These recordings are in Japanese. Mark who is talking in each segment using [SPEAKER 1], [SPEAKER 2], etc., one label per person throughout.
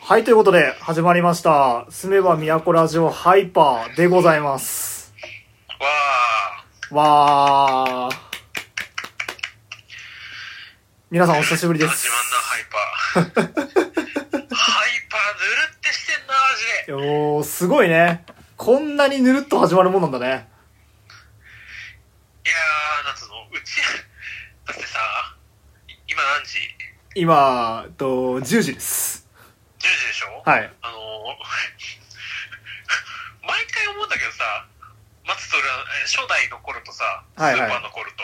[SPEAKER 1] はい、ということで、始まりました。住めば都ラジオハイパーでございます。
[SPEAKER 2] わあ、
[SPEAKER 1] わー。皆さんお久しぶりで
[SPEAKER 2] 始
[SPEAKER 1] す。
[SPEAKER 2] まんだ、ハイパー。ハイパー、ぬるってしてんな、マジで。
[SPEAKER 1] いやもうすごいね。こんなにぬるっと始まるもんなんだね。
[SPEAKER 2] いやー、なんつうの、うち、だってさ、い今何時
[SPEAKER 1] 今、えっと、10時です。
[SPEAKER 2] ?10 時でしょ
[SPEAKER 1] はい。
[SPEAKER 2] あのー、 毎回思うんだけどさ、松とる、えー初代の頃とさ、ス
[SPEAKER 1] はいはい
[SPEAKER 2] ーパーの頃と、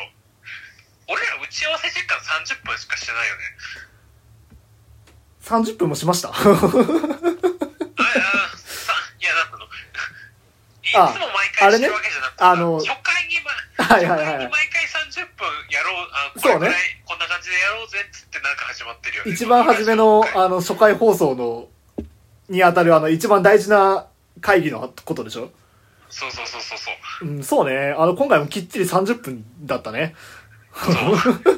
[SPEAKER 2] 俺ら打ち合わせ時間30分しかしてないよね。
[SPEAKER 1] 30分もしました。
[SPEAKER 2] ああさいや、なんだろう。いつ
[SPEAKER 1] あ
[SPEAKER 2] も毎回してるわけじゃなくて、
[SPEAKER 1] あれねあの
[SPEAKER 2] 初回に,、ま、
[SPEAKER 1] はいはいはい
[SPEAKER 2] 初回に毎回30分やろう、あこ
[SPEAKER 1] そう
[SPEAKER 2] れ
[SPEAKER 1] ね
[SPEAKER 2] くらい、こんな感じでやろうぜっつってなんか始まってるよね。
[SPEAKER 1] 一番初めの、
[SPEAKER 2] あ
[SPEAKER 1] あの、初回放送の、にあたる、あの、一番大事な会議のことでしょ
[SPEAKER 2] そうそうそうそうそう。
[SPEAKER 1] うん、そうね。あの、今回もきっちり30分だったね。
[SPEAKER 2] そう多分9時半だ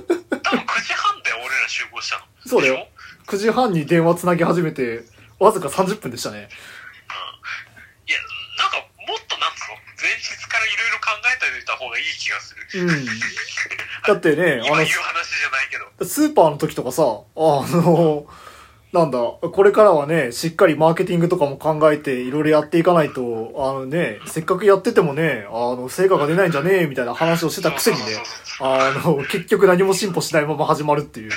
[SPEAKER 2] よ、俺ら集合したの。
[SPEAKER 1] そうだよ
[SPEAKER 2] でしょ
[SPEAKER 1] 9時半に電話つなぎ始めて、わずか30分でしたね。
[SPEAKER 2] いや、なんかもっとなんつうの、前日からいろいろ考えておいた方がいい気がする。
[SPEAKER 1] うん。だってね、あ
[SPEAKER 2] 今言う
[SPEAKER 1] の、
[SPEAKER 2] 話じゃないけど。
[SPEAKER 1] スーパーの時とかさ、あの、なんだ、これからはね、しっかりマーケティングとかも考えて、いろいろやっていかないと、あのね、せっかくやっててもね、あの、成果が出ないんじゃねえ、みたいな話をしてたくせにね、
[SPEAKER 2] そうそうそうそう
[SPEAKER 1] あの、結局何も進歩しないまま始まるっていう、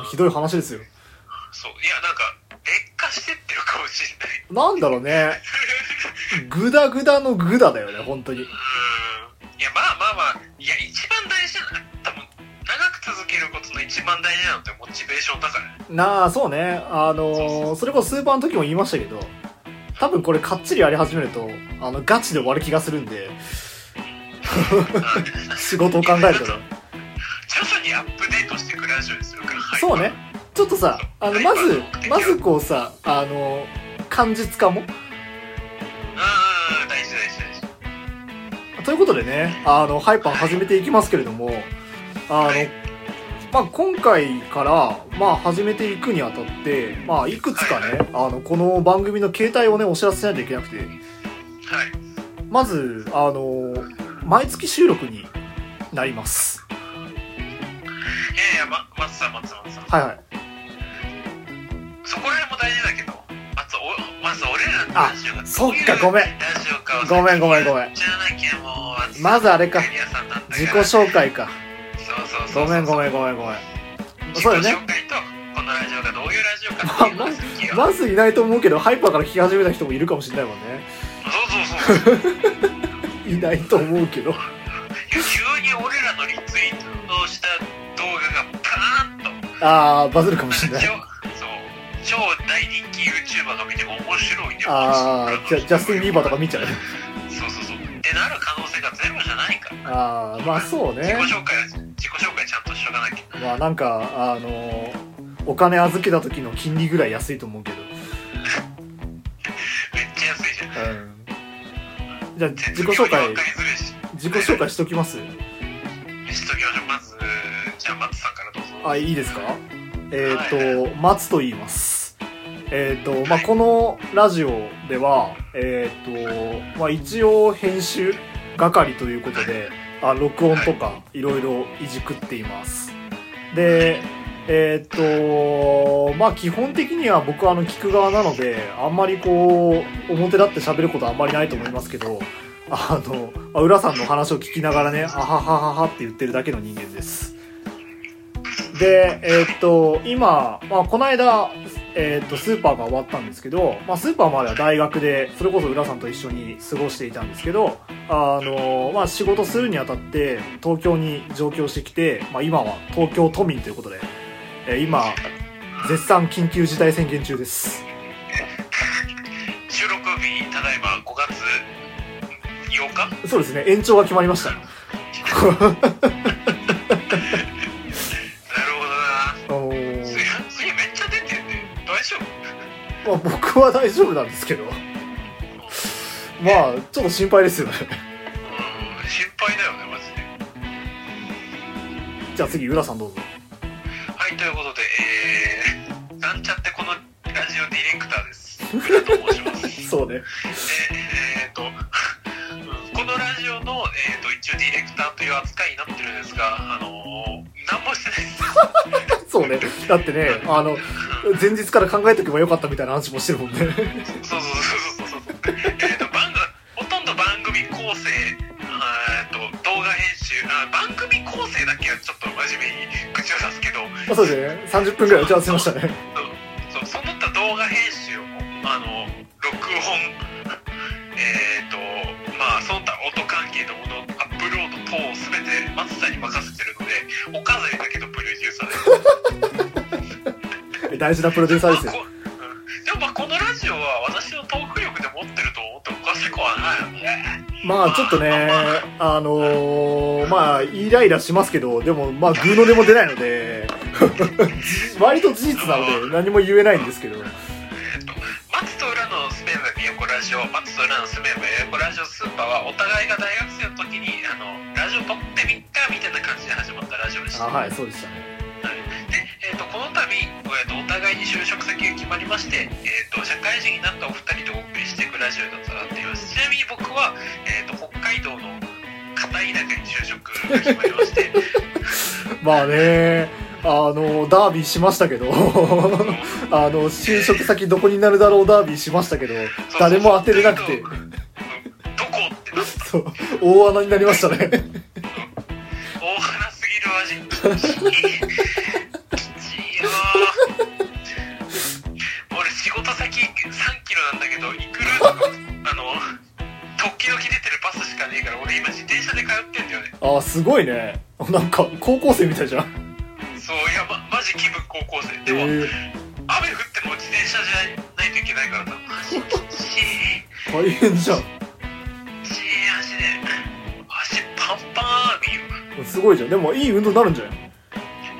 [SPEAKER 2] うん。
[SPEAKER 1] ひどい話ですよ。
[SPEAKER 2] そう。いや、なんか、劣化してってるかもしれない。
[SPEAKER 1] なんだろうね、グダグダのグダだよね、本当に。
[SPEAKER 2] うーんいやまあまあまあいや一番大事な多分長く続けることの一番大事なのってモチベーションだからね
[SPEAKER 1] なあそうねあのーそれこそスーパーの時も言いましたけど多分これかっちりやり始めるとあのガチで終わる気がするんで仕事を考えるとね
[SPEAKER 2] 徐々にアップデートしていくラジオにするから、 はい
[SPEAKER 1] そうねちょっとさあのまずまずこうさあの感実化も
[SPEAKER 2] うんうんうん大事大事大事
[SPEAKER 1] ということでねあのハイパー始めていきますけれどもあのまあ、今回から、まあ、始めていくにあたって、まあ、いくつかね、あの、この番組の携帯をね、お知らせしないといけなくて、
[SPEAKER 2] はい
[SPEAKER 1] まず、あの、毎月収録になります。
[SPEAKER 2] いやいや、ま、松さん松さん松さん
[SPEAKER 1] はいはい。
[SPEAKER 2] そこら辺も大事だけど松お松俺らのラジオが
[SPEAKER 1] そ
[SPEAKER 2] ど
[SPEAKER 1] っ
[SPEAKER 2] ういう
[SPEAKER 1] か、ごめん。
[SPEAKER 2] ラジオかを
[SPEAKER 1] ごめんごめんごめん
[SPEAKER 2] じゃなきゃもう松
[SPEAKER 1] まずあれか
[SPEAKER 2] 皆さんなんだから
[SPEAKER 1] 自己紹介か。
[SPEAKER 2] そうそうそうそう
[SPEAKER 1] ごめんごめんごめんごめん。
[SPEAKER 2] 自己
[SPEAKER 1] そうだよね。
[SPEAKER 2] 紹介とこのラジオがどういうラジオかっていうのを次は
[SPEAKER 1] まずいないと思うけど、ハイパーから聞き始めた人もいるかもしれないもんね。
[SPEAKER 2] そうそうそう
[SPEAKER 1] いないと思うけど。
[SPEAKER 2] 急に俺らのリツイートをした動画がパーンと
[SPEAKER 1] あー、バズるかもしれない。
[SPEAKER 2] そう超大人気 YouTuber が見て面白いね
[SPEAKER 1] あー、じゃ、ジャスティン・ビーバーとか見ちゃう。
[SPEAKER 2] そうそうそうってなる可能性がゼロじゃないから
[SPEAKER 1] あー、まあそう
[SPEAKER 2] 自
[SPEAKER 1] ね
[SPEAKER 2] 己。紹介は自己紹介ちゃんとしとかなきゃ
[SPEAKER 1] まあなんか、あのお金預けた時の金利ぐらい安いと思うけど。
[SPEAKER 2] めっちゃ安いじゃん
[SPEAKER 1] うん。じゃあ、
[SPEAKER 2] 全
[SPEAKER 1] 自己紹
[SPEAKER 2] 然
[SPEAKER 1] 介
[SPEAKER 2] 分か、りづれし
[SPEAKER 1] 自己紹介しときます
[SPEAKER 2] しときましょうまずじゃあ松さんからどうぞ
[SPEAKER 1] あ、
[SPEAKER 2] い
[SPEAKER 1] いいですかえっ、と、松と言います。えっ、と、まあ、このラジオでは、えっ、と、まあ、一応編集係ということで、あ録音とかいろいろいじくっています。で、えっ、と、まあ、基本的には僕はあの、聞く側なので、あんまりこう、表立って喋ることはあんまりないと思いますけど、あの、まあ浦さんの話を聞きながらね、あははははって言ってるだけの人間です。で、えーっと、今、まあ、この間、えーっと、スーパーが終わったんですけど、まあ、スーパーまでは大学で、それこそ浦さんと一緒に過ごしていたんですけど、あの、まあ、仕事するにあたって、東京に上京してきて、まあ、今は東京都民ということで、えー今、絶賛緊急事態宣言中です。
[SPEAKER 2] 収録日ただいま5月8日
[SPEAKER 1] そうですね、延長が決まりました。
[SPEAKER 2] なるほどな
[SPEAKER 1] あのー
[SPEAKER 2] 次次めっちゃ出てるね大丈夫
[SPEAKER 1] まあ、僕は大丈夫なんですけど、まあ、ちょっと心配ですよね。
[SPEAKER 2] うん心配だよねマジで
[SPEAKER 1] じゃあ次、浦さんどうぞ。
[SPEAKER 2] はいはい、ということで、えー、なんちゃってこのラジオディレクターです。浦と申します。
[SPEAKER 1] そうね。
[SPEAKER 2] えー、と このラジオの、えー、と一応ディレクターという扱いになってるんですが、あの何もしてないです。
[SPEAKER 1] そうね。だってね、あの、前日から考えとけばよかったみたいな話もしてるもんね。
[SPEAKER 2] そうそうそうそうそう。えーと番組ほとんど番組構成、あーえーと動画編集あー、番組構成だけはちょっと真面目に口を出すけど、
[SPEAKER 1] あそうですね。30分ぐらい打ち合わせましたね。
[SPEAKER 2] そうそうなった動画編集をあの録音 えっ、とまあその他音関係のものアップロード等を全て松さんに任せてるのでお飾りだけのプロデューサーです
[SPEAKER 1] 大事なプロデューサーですよ。
[SPEAKER 2] まあこうんでもまあこのラジオは私のトーク力で持ってると思ってもおかしくはないよね
[SPEAKER 1] まあちょっとね、あのー、まあイライラしますけど、でもまあグーのでも出ないので、 割と事実なので何も言えないんですけど、
[SPEAKER 2] えっと松と裏のスメムみよこラジオ松と裏のスメムみよこラジオスーパーはお互いが大学生の時にあのラジオ撮ってみっかみたいな感じで始まったラジオでし
[SPEAKER 1] あ
[SPEAKER 2] た
[SPEAKER 1] はい、そうでしたね。
[SPEAKER 2] で、えー、とこの度、えー、とお互いに就職先が決まりまして、えー、と社会人になったお二人でお送りしていくラジオだとなっていますちなみに僕は、えー、と北海道の片田舎に就職が決まりまして
[SPEAKER 1] まあね、あのー、ダービーしましたけど、
[SPEAKER 2] あの
[SPEAKER 1] あの、就職先どこになるだろうダービーしましたけど、 誰も当てれなくて
[SPEAKER 2] ど、こってなった
[SPEAKER 1] そう、大穴になりましたね。
[SPEAKER 2] 大花すぎる味きちいよー俺仕事先3キロなんだけど行くルートがあの時々出てるバスしかねえから俺今自転車で通ってんだよね
[SPEAKER 1] あーすごいね。なんか、高校生みたいじゃん。
[SPEAKER 2] そういやまマジ気分高校生
[SPEAKER 1] え
[SPEAKER 2] でも、
[SPEAKER 1] ー、
[SPEAKER 2] 雨降っても自転車じゃないといけないからなマジきちい
[SPEAKER 1] 大変じゃん。
[SPEAKER 2] きちい足で足パンパン見よ
[SPEAKER 1] すごいじゃん。でも、いい運動になるんじゃない
[SPEAKER 2] い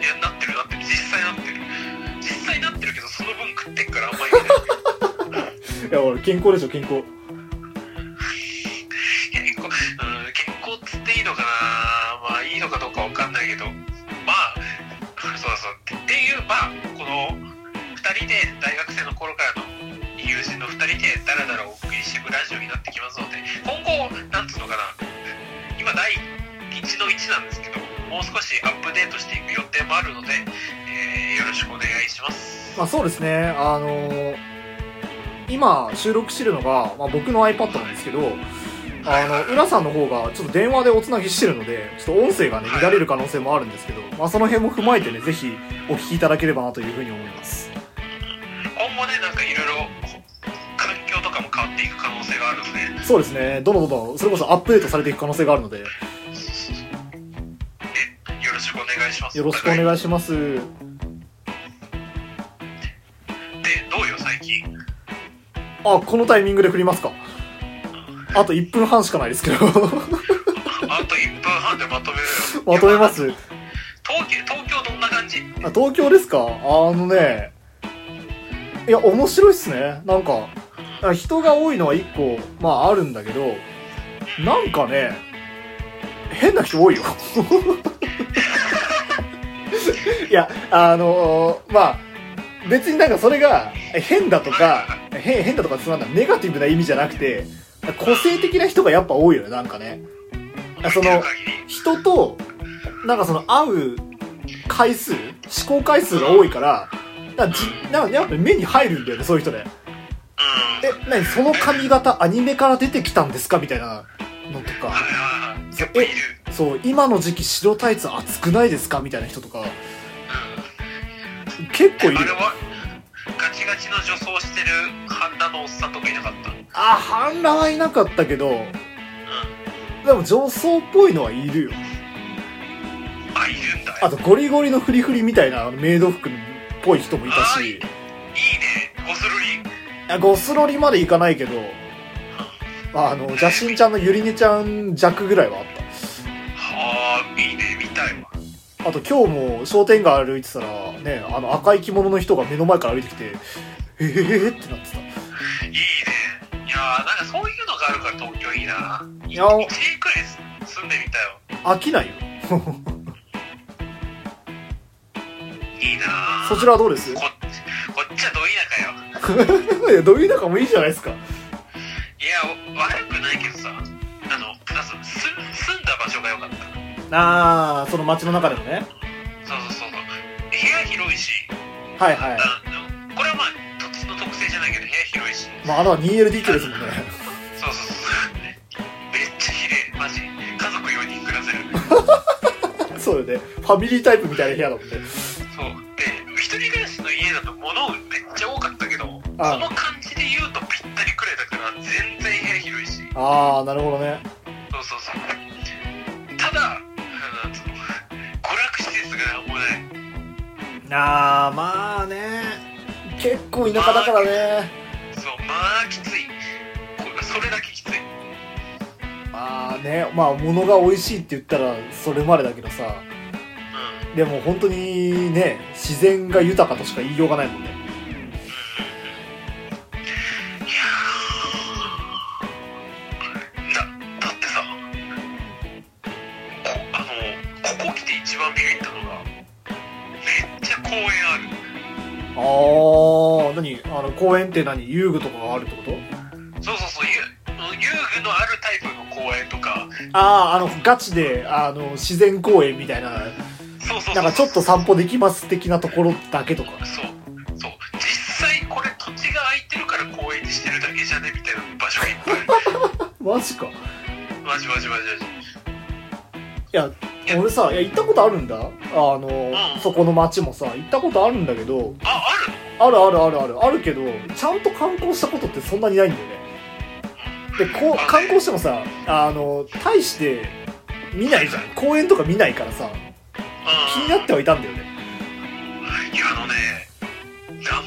[SPEAKER 2] やなってるなってる実際なってる実際なってるけどその分食ってっからあんまり意味ない
[SPEAKER 1] いや、俺、健康でしょ、健康。
[SPEAKER 2] 健康、うん、健康っつっていいのかなまあいいのかどうかわかんないけどまあそうそうっていうまあこの2人で大学生の頃からの友人の2人でダラダラお送りしていくラジオになってきますので今後なんつうのかな今第1の1なんですけどもう少しアップデートしていく予定もあるので、えーよろしくお願いします
[SPEAKER 1] まあ、そうですね。あのー今、収録してるのが、まあ、僕の iPad なんですけど、あの、浦さんの方が、ちょっと電話でおつなぎしてるので、ちょっと音声がね、乱れる可能性もあるんですけど、まあ、その辺も踏まえてね、ぜひ、お聞きいただければなというふうに思います。
[SPEAKER 2] 今後ねなんかいろいろ環境とかも変わっていく可能性があるので
[SPEAKER 1] そうですね。どんどんどんどん、それこそアップデートされていく可能性があるので、
[SPEAKER 2] よろしくお願いします。
[SPEAKER 1] よろしくお
[SPEAKER 2] い。
[SPEAKER 1] 願いします。
[SPEAKER 2] で、どうよ、最近。
[SPEAKER 1] あ、このタイミングで振りますか。あと1分半しかないですけど。
[SPEAKER 2] あと1分半でまとめるよ。
[SPEAKER 1] まとめま
[SPEAKER 2] い
[SPEAKER 1] す
[SPEAKER 2] や。東京、東京どんな感じ
[SPEAKER 1] あ東京ですかあのねいや面白いっすねなんかあ人が多いのは一個まああるんだけどなんかね変な人多いよ いやあのーまあ別になんかそれがえ変だとか変変だとかそのなんだネガティブな意味じゃなくて個性的な人がやっぱ多いよねなんかねあその
[SPEAKER 2] 見てる限り
[SPEAKER 1] 人となんかその会う回数試行回数が多いからなんかじなんかやっぱ目に入るんだよねそういう人で「
[SPEAKER 2] うん。
[SPEAKER 1] え何その髪型アニメから出てきたんですか?」みたいなのと
[SPEAKER 2] はい
[SPEAKER 1] か
[SPEAKER 2] はいはい。やっぱいる。
[SPEAKER 1] 「そう今の時期白タイツ暑くないですか?」みたいな人とか結構い
[SPEAKER 2] あ
[SPEAKER 1] る
[SPEAKER 2] れ
[SPEAKER 1] よ
[SPEAKER 2] は、ガチガチの女装してる半田のおっさんとかいなかった。うん。
[SPEAKER 1] あ反乱はいなかったけどでも女装っぽいのはいるよ
[SPEAKER 2] あ、いるんだ。
[SPEAKER 1] あとゴリゴリのフリフリみたいなあのメイド服っぽい人もいたし
[SPEAKER 2] いいね。ゴスロリ。
[SPEAKER 1] いやゴスロリまでいかないけどあの邪神ちゃんのゆりねちゃん弱ぐらいはあっ
[SPEAKER 2] はあ、いいね。見たいわ。
[SPEAKER 1] たあと今日も商店街歩いてたらねあの赤い着物の人が目の前から歩いてきてええー、ってなってた
[SPEAKER 2] いいね。いやーなんかそういうのがあるから東京いいな。
[SPEAKER 1] いや
[SPEAKER 2] 1年くらい住んでみたよ。
[SPEAKER 1] 飽きないよ
[SPEAKER 2] いいいいなぁ
[SPEAKER 1] そちらはどうです い
[SPEAKER 2] ここっちはど田舎よ
[SPEAKER 1] やどういう仲もいいじゃないですか
[SPEAKER 2] いやお悪くないけどさあのあそうす住んだ場所が良かった
[SPEAKER 1] ああその街の中でもね
[SPEAKER 2] そうそうそうそう部屋広いし、
[SPEAKER 1] はいはい
[SPEAKER 2] あのこれはまあ土地の特性じゃないけど部屋広いし
[SPEAKER 1] まああなたは 2LDK ですもんね
[SPEAKER 2] そうそうそうめっちゃ綺麗マジ家族4人暮らせる
[SPEAKER 1] そうよねファミリータイプみたいな部屋だもんね
[SPEAKER 2] そうで一人暮らしの家だと物めっちゃ多かったけどこ
[SPEAKER 1] あ
[SPEAKER 2] の感じで言うとぴったりくらいだから全然部屋広いし
[SPEAKER 1] ああなるほどね
[SPEAKER 2] そうそうそうただあのその娯楽施設がもうね
[SPEAKER 1] ああまあね結構田舎だからね
[SPEAKER 2] そうまあきついこれそれだけきつい
[SPEAKER 1] まあねまあ物が美味しいって言ったらそれまでだけどさ
[SPEAKER 2] うん
[SPEAKER 1] でも本当にね自然が豊かとしか言いようがないもんね
[SPEAKER 2] いやーだだってさこあのここ来て一番ビビったのがめっちゃ公園ある
[SPEAKER 1] ああ何あの公園って何遊具とかがあるってこと
[SPEAKER 2] そうそうそう遊遊具のあるタイプの公園とか
[SPEAKER 1] あああのガチであの自然公園みたいな
[SPEAKER 2] そうそうそう
[SPEAKER 1] なんかちょっと散歩できます的なところだけとか
[SPEAKER 2] そうそう実際これ土地が空いてるから公園にしてるだけじゃねみたいな場所がいっ ぱいあ
[SPEAKER 1] マジかい
[SPEAKER 2] るマジマジマジマジ
[SPEAKER 1] や俺さいや行ったことあるんだあの
[SPEAKER 2] うん
[SPEAKER 1] そこの町もさ行ったことあるんだけど
[SPEAKER 2] ああるの
[SPEAKER 1] あるあるあるあるあるけどちゃんと観光したことってそんなにないんだよねでこう観光してもさあの大して見ないじゃん公園とか見ないからさ気になってはいたんだよね
[SPEAKER 2] いやあのねなん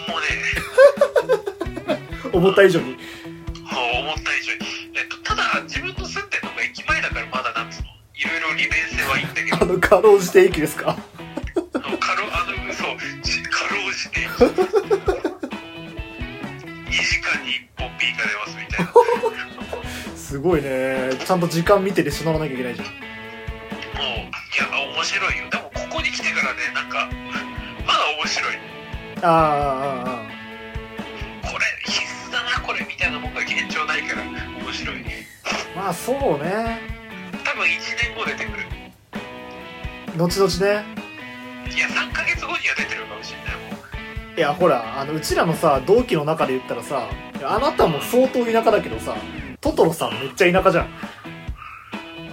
[SPEAKER 2] もね
[SPEAKER 1] 思った以上に
[SPEAKER 2] 思った以上に、えっと、ただ自分の住んでるのが駅前だからまだなんつうのいろいろ利便性はいいんだけど
[SPEAKER 1] あのかろうじて駅ですか
[SPEAKER 2] あのかろあのそうじかろうじ て2時間に1本 P が出ますみたいな
[SPEAKER 1] すごいねちゃんと時間見てでし乗らなきゃいけないじゃん
[SPEAKER 2] もういや面白いよでもここに来てからねなんかまだ面白い
[SPEAKER 1] ああああああ
[SPEAKER 2] これ必須だなこれみたいなもんが現状ないから面白い
[SPEAKER 1] まあそうね
[SPEAKER 2] 多分1年後出てくる
[SPEAKER 1] 後々ね
[SPEAKER 2] いや3ヶ月後には出てるかもしれないもう
[SPEAKER 1] いやほらあのうちらのさ同期の中で言ったらさあなたも相当田舎だけどさトトロさんめっちゃ田舎じゃん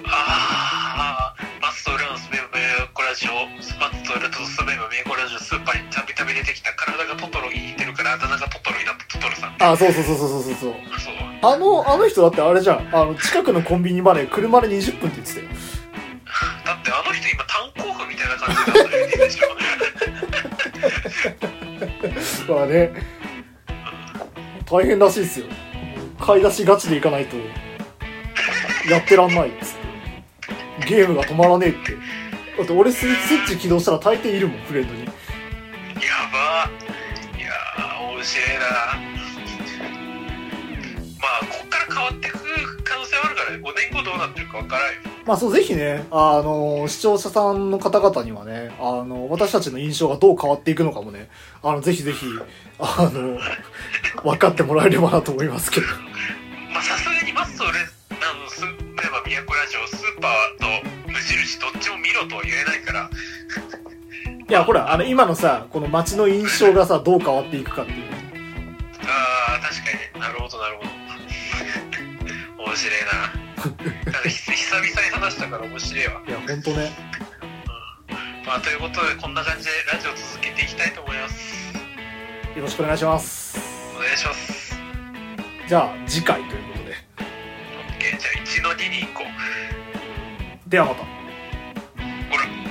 [SPEAKER 2] あーマストウルのスメムメコラジオマストウルとスメムメコラジオスーパーにたびたび出てきた体がトトロに似てるからあだ名がトトロになったトトロさん
[SPEAKER 1] あそうそうそうそうそうそうそう
[SPEAKER 2] そう
[SPEAKER 1] あのあの人だってあれじゃんあの近くのコンビニまで車で20分って言ってたよ
[SPEAKER 2] だってあの人今炭鉱夫みたいな感じだったよねでしょ
[SPEAKER 1] まあね大変らしいっすよ買い出しガチで行かないとやってらんないっつってゲームが止まらねえってだって俺スイッチ起動したら大抵いるもんフレンドに
[SPEAKER 2] やばいやー面白いなまあこっから変わってく可能性はあるからね5年後どうなってるかわからんよ
[SPEAKER 1] まあそう、ぜひね、あの、視聴者さんの方々にはね、あの、私たちの印象がどう変わっていくのかもね、あの、ぜひぜひ、あの、分かってもらえればなと思いますけど。
[SPEAKER 2] まあさすがにマストウルあのスーパー都ラジオスーパーと無印どっちも見ろとは言えないから
[SPEAKER 1] いや、ほら、あの、今のさ、この街の印象がさ、どう変わっていくかっていう。
[SPEAKER 2] ああ確かにねなるほどなるほど 面白いななんかひ久々に話したから面白いわ、
[SPEAKER 1] いや、ほんとね。
[SPEAKER 2] まあ、ということでこんな感じでラジオ続けていきたいと思います
[SPEAKER 1] よろしくお願いします。
[SPEAKER 2] お願いします
[SPEAKER 1] じゃあ、次回ということで。
[SPEAKER 2] OK じゃあ1の2に行こう
[SPEAKER 1] ではまた。
[SPEAKER 2] ほら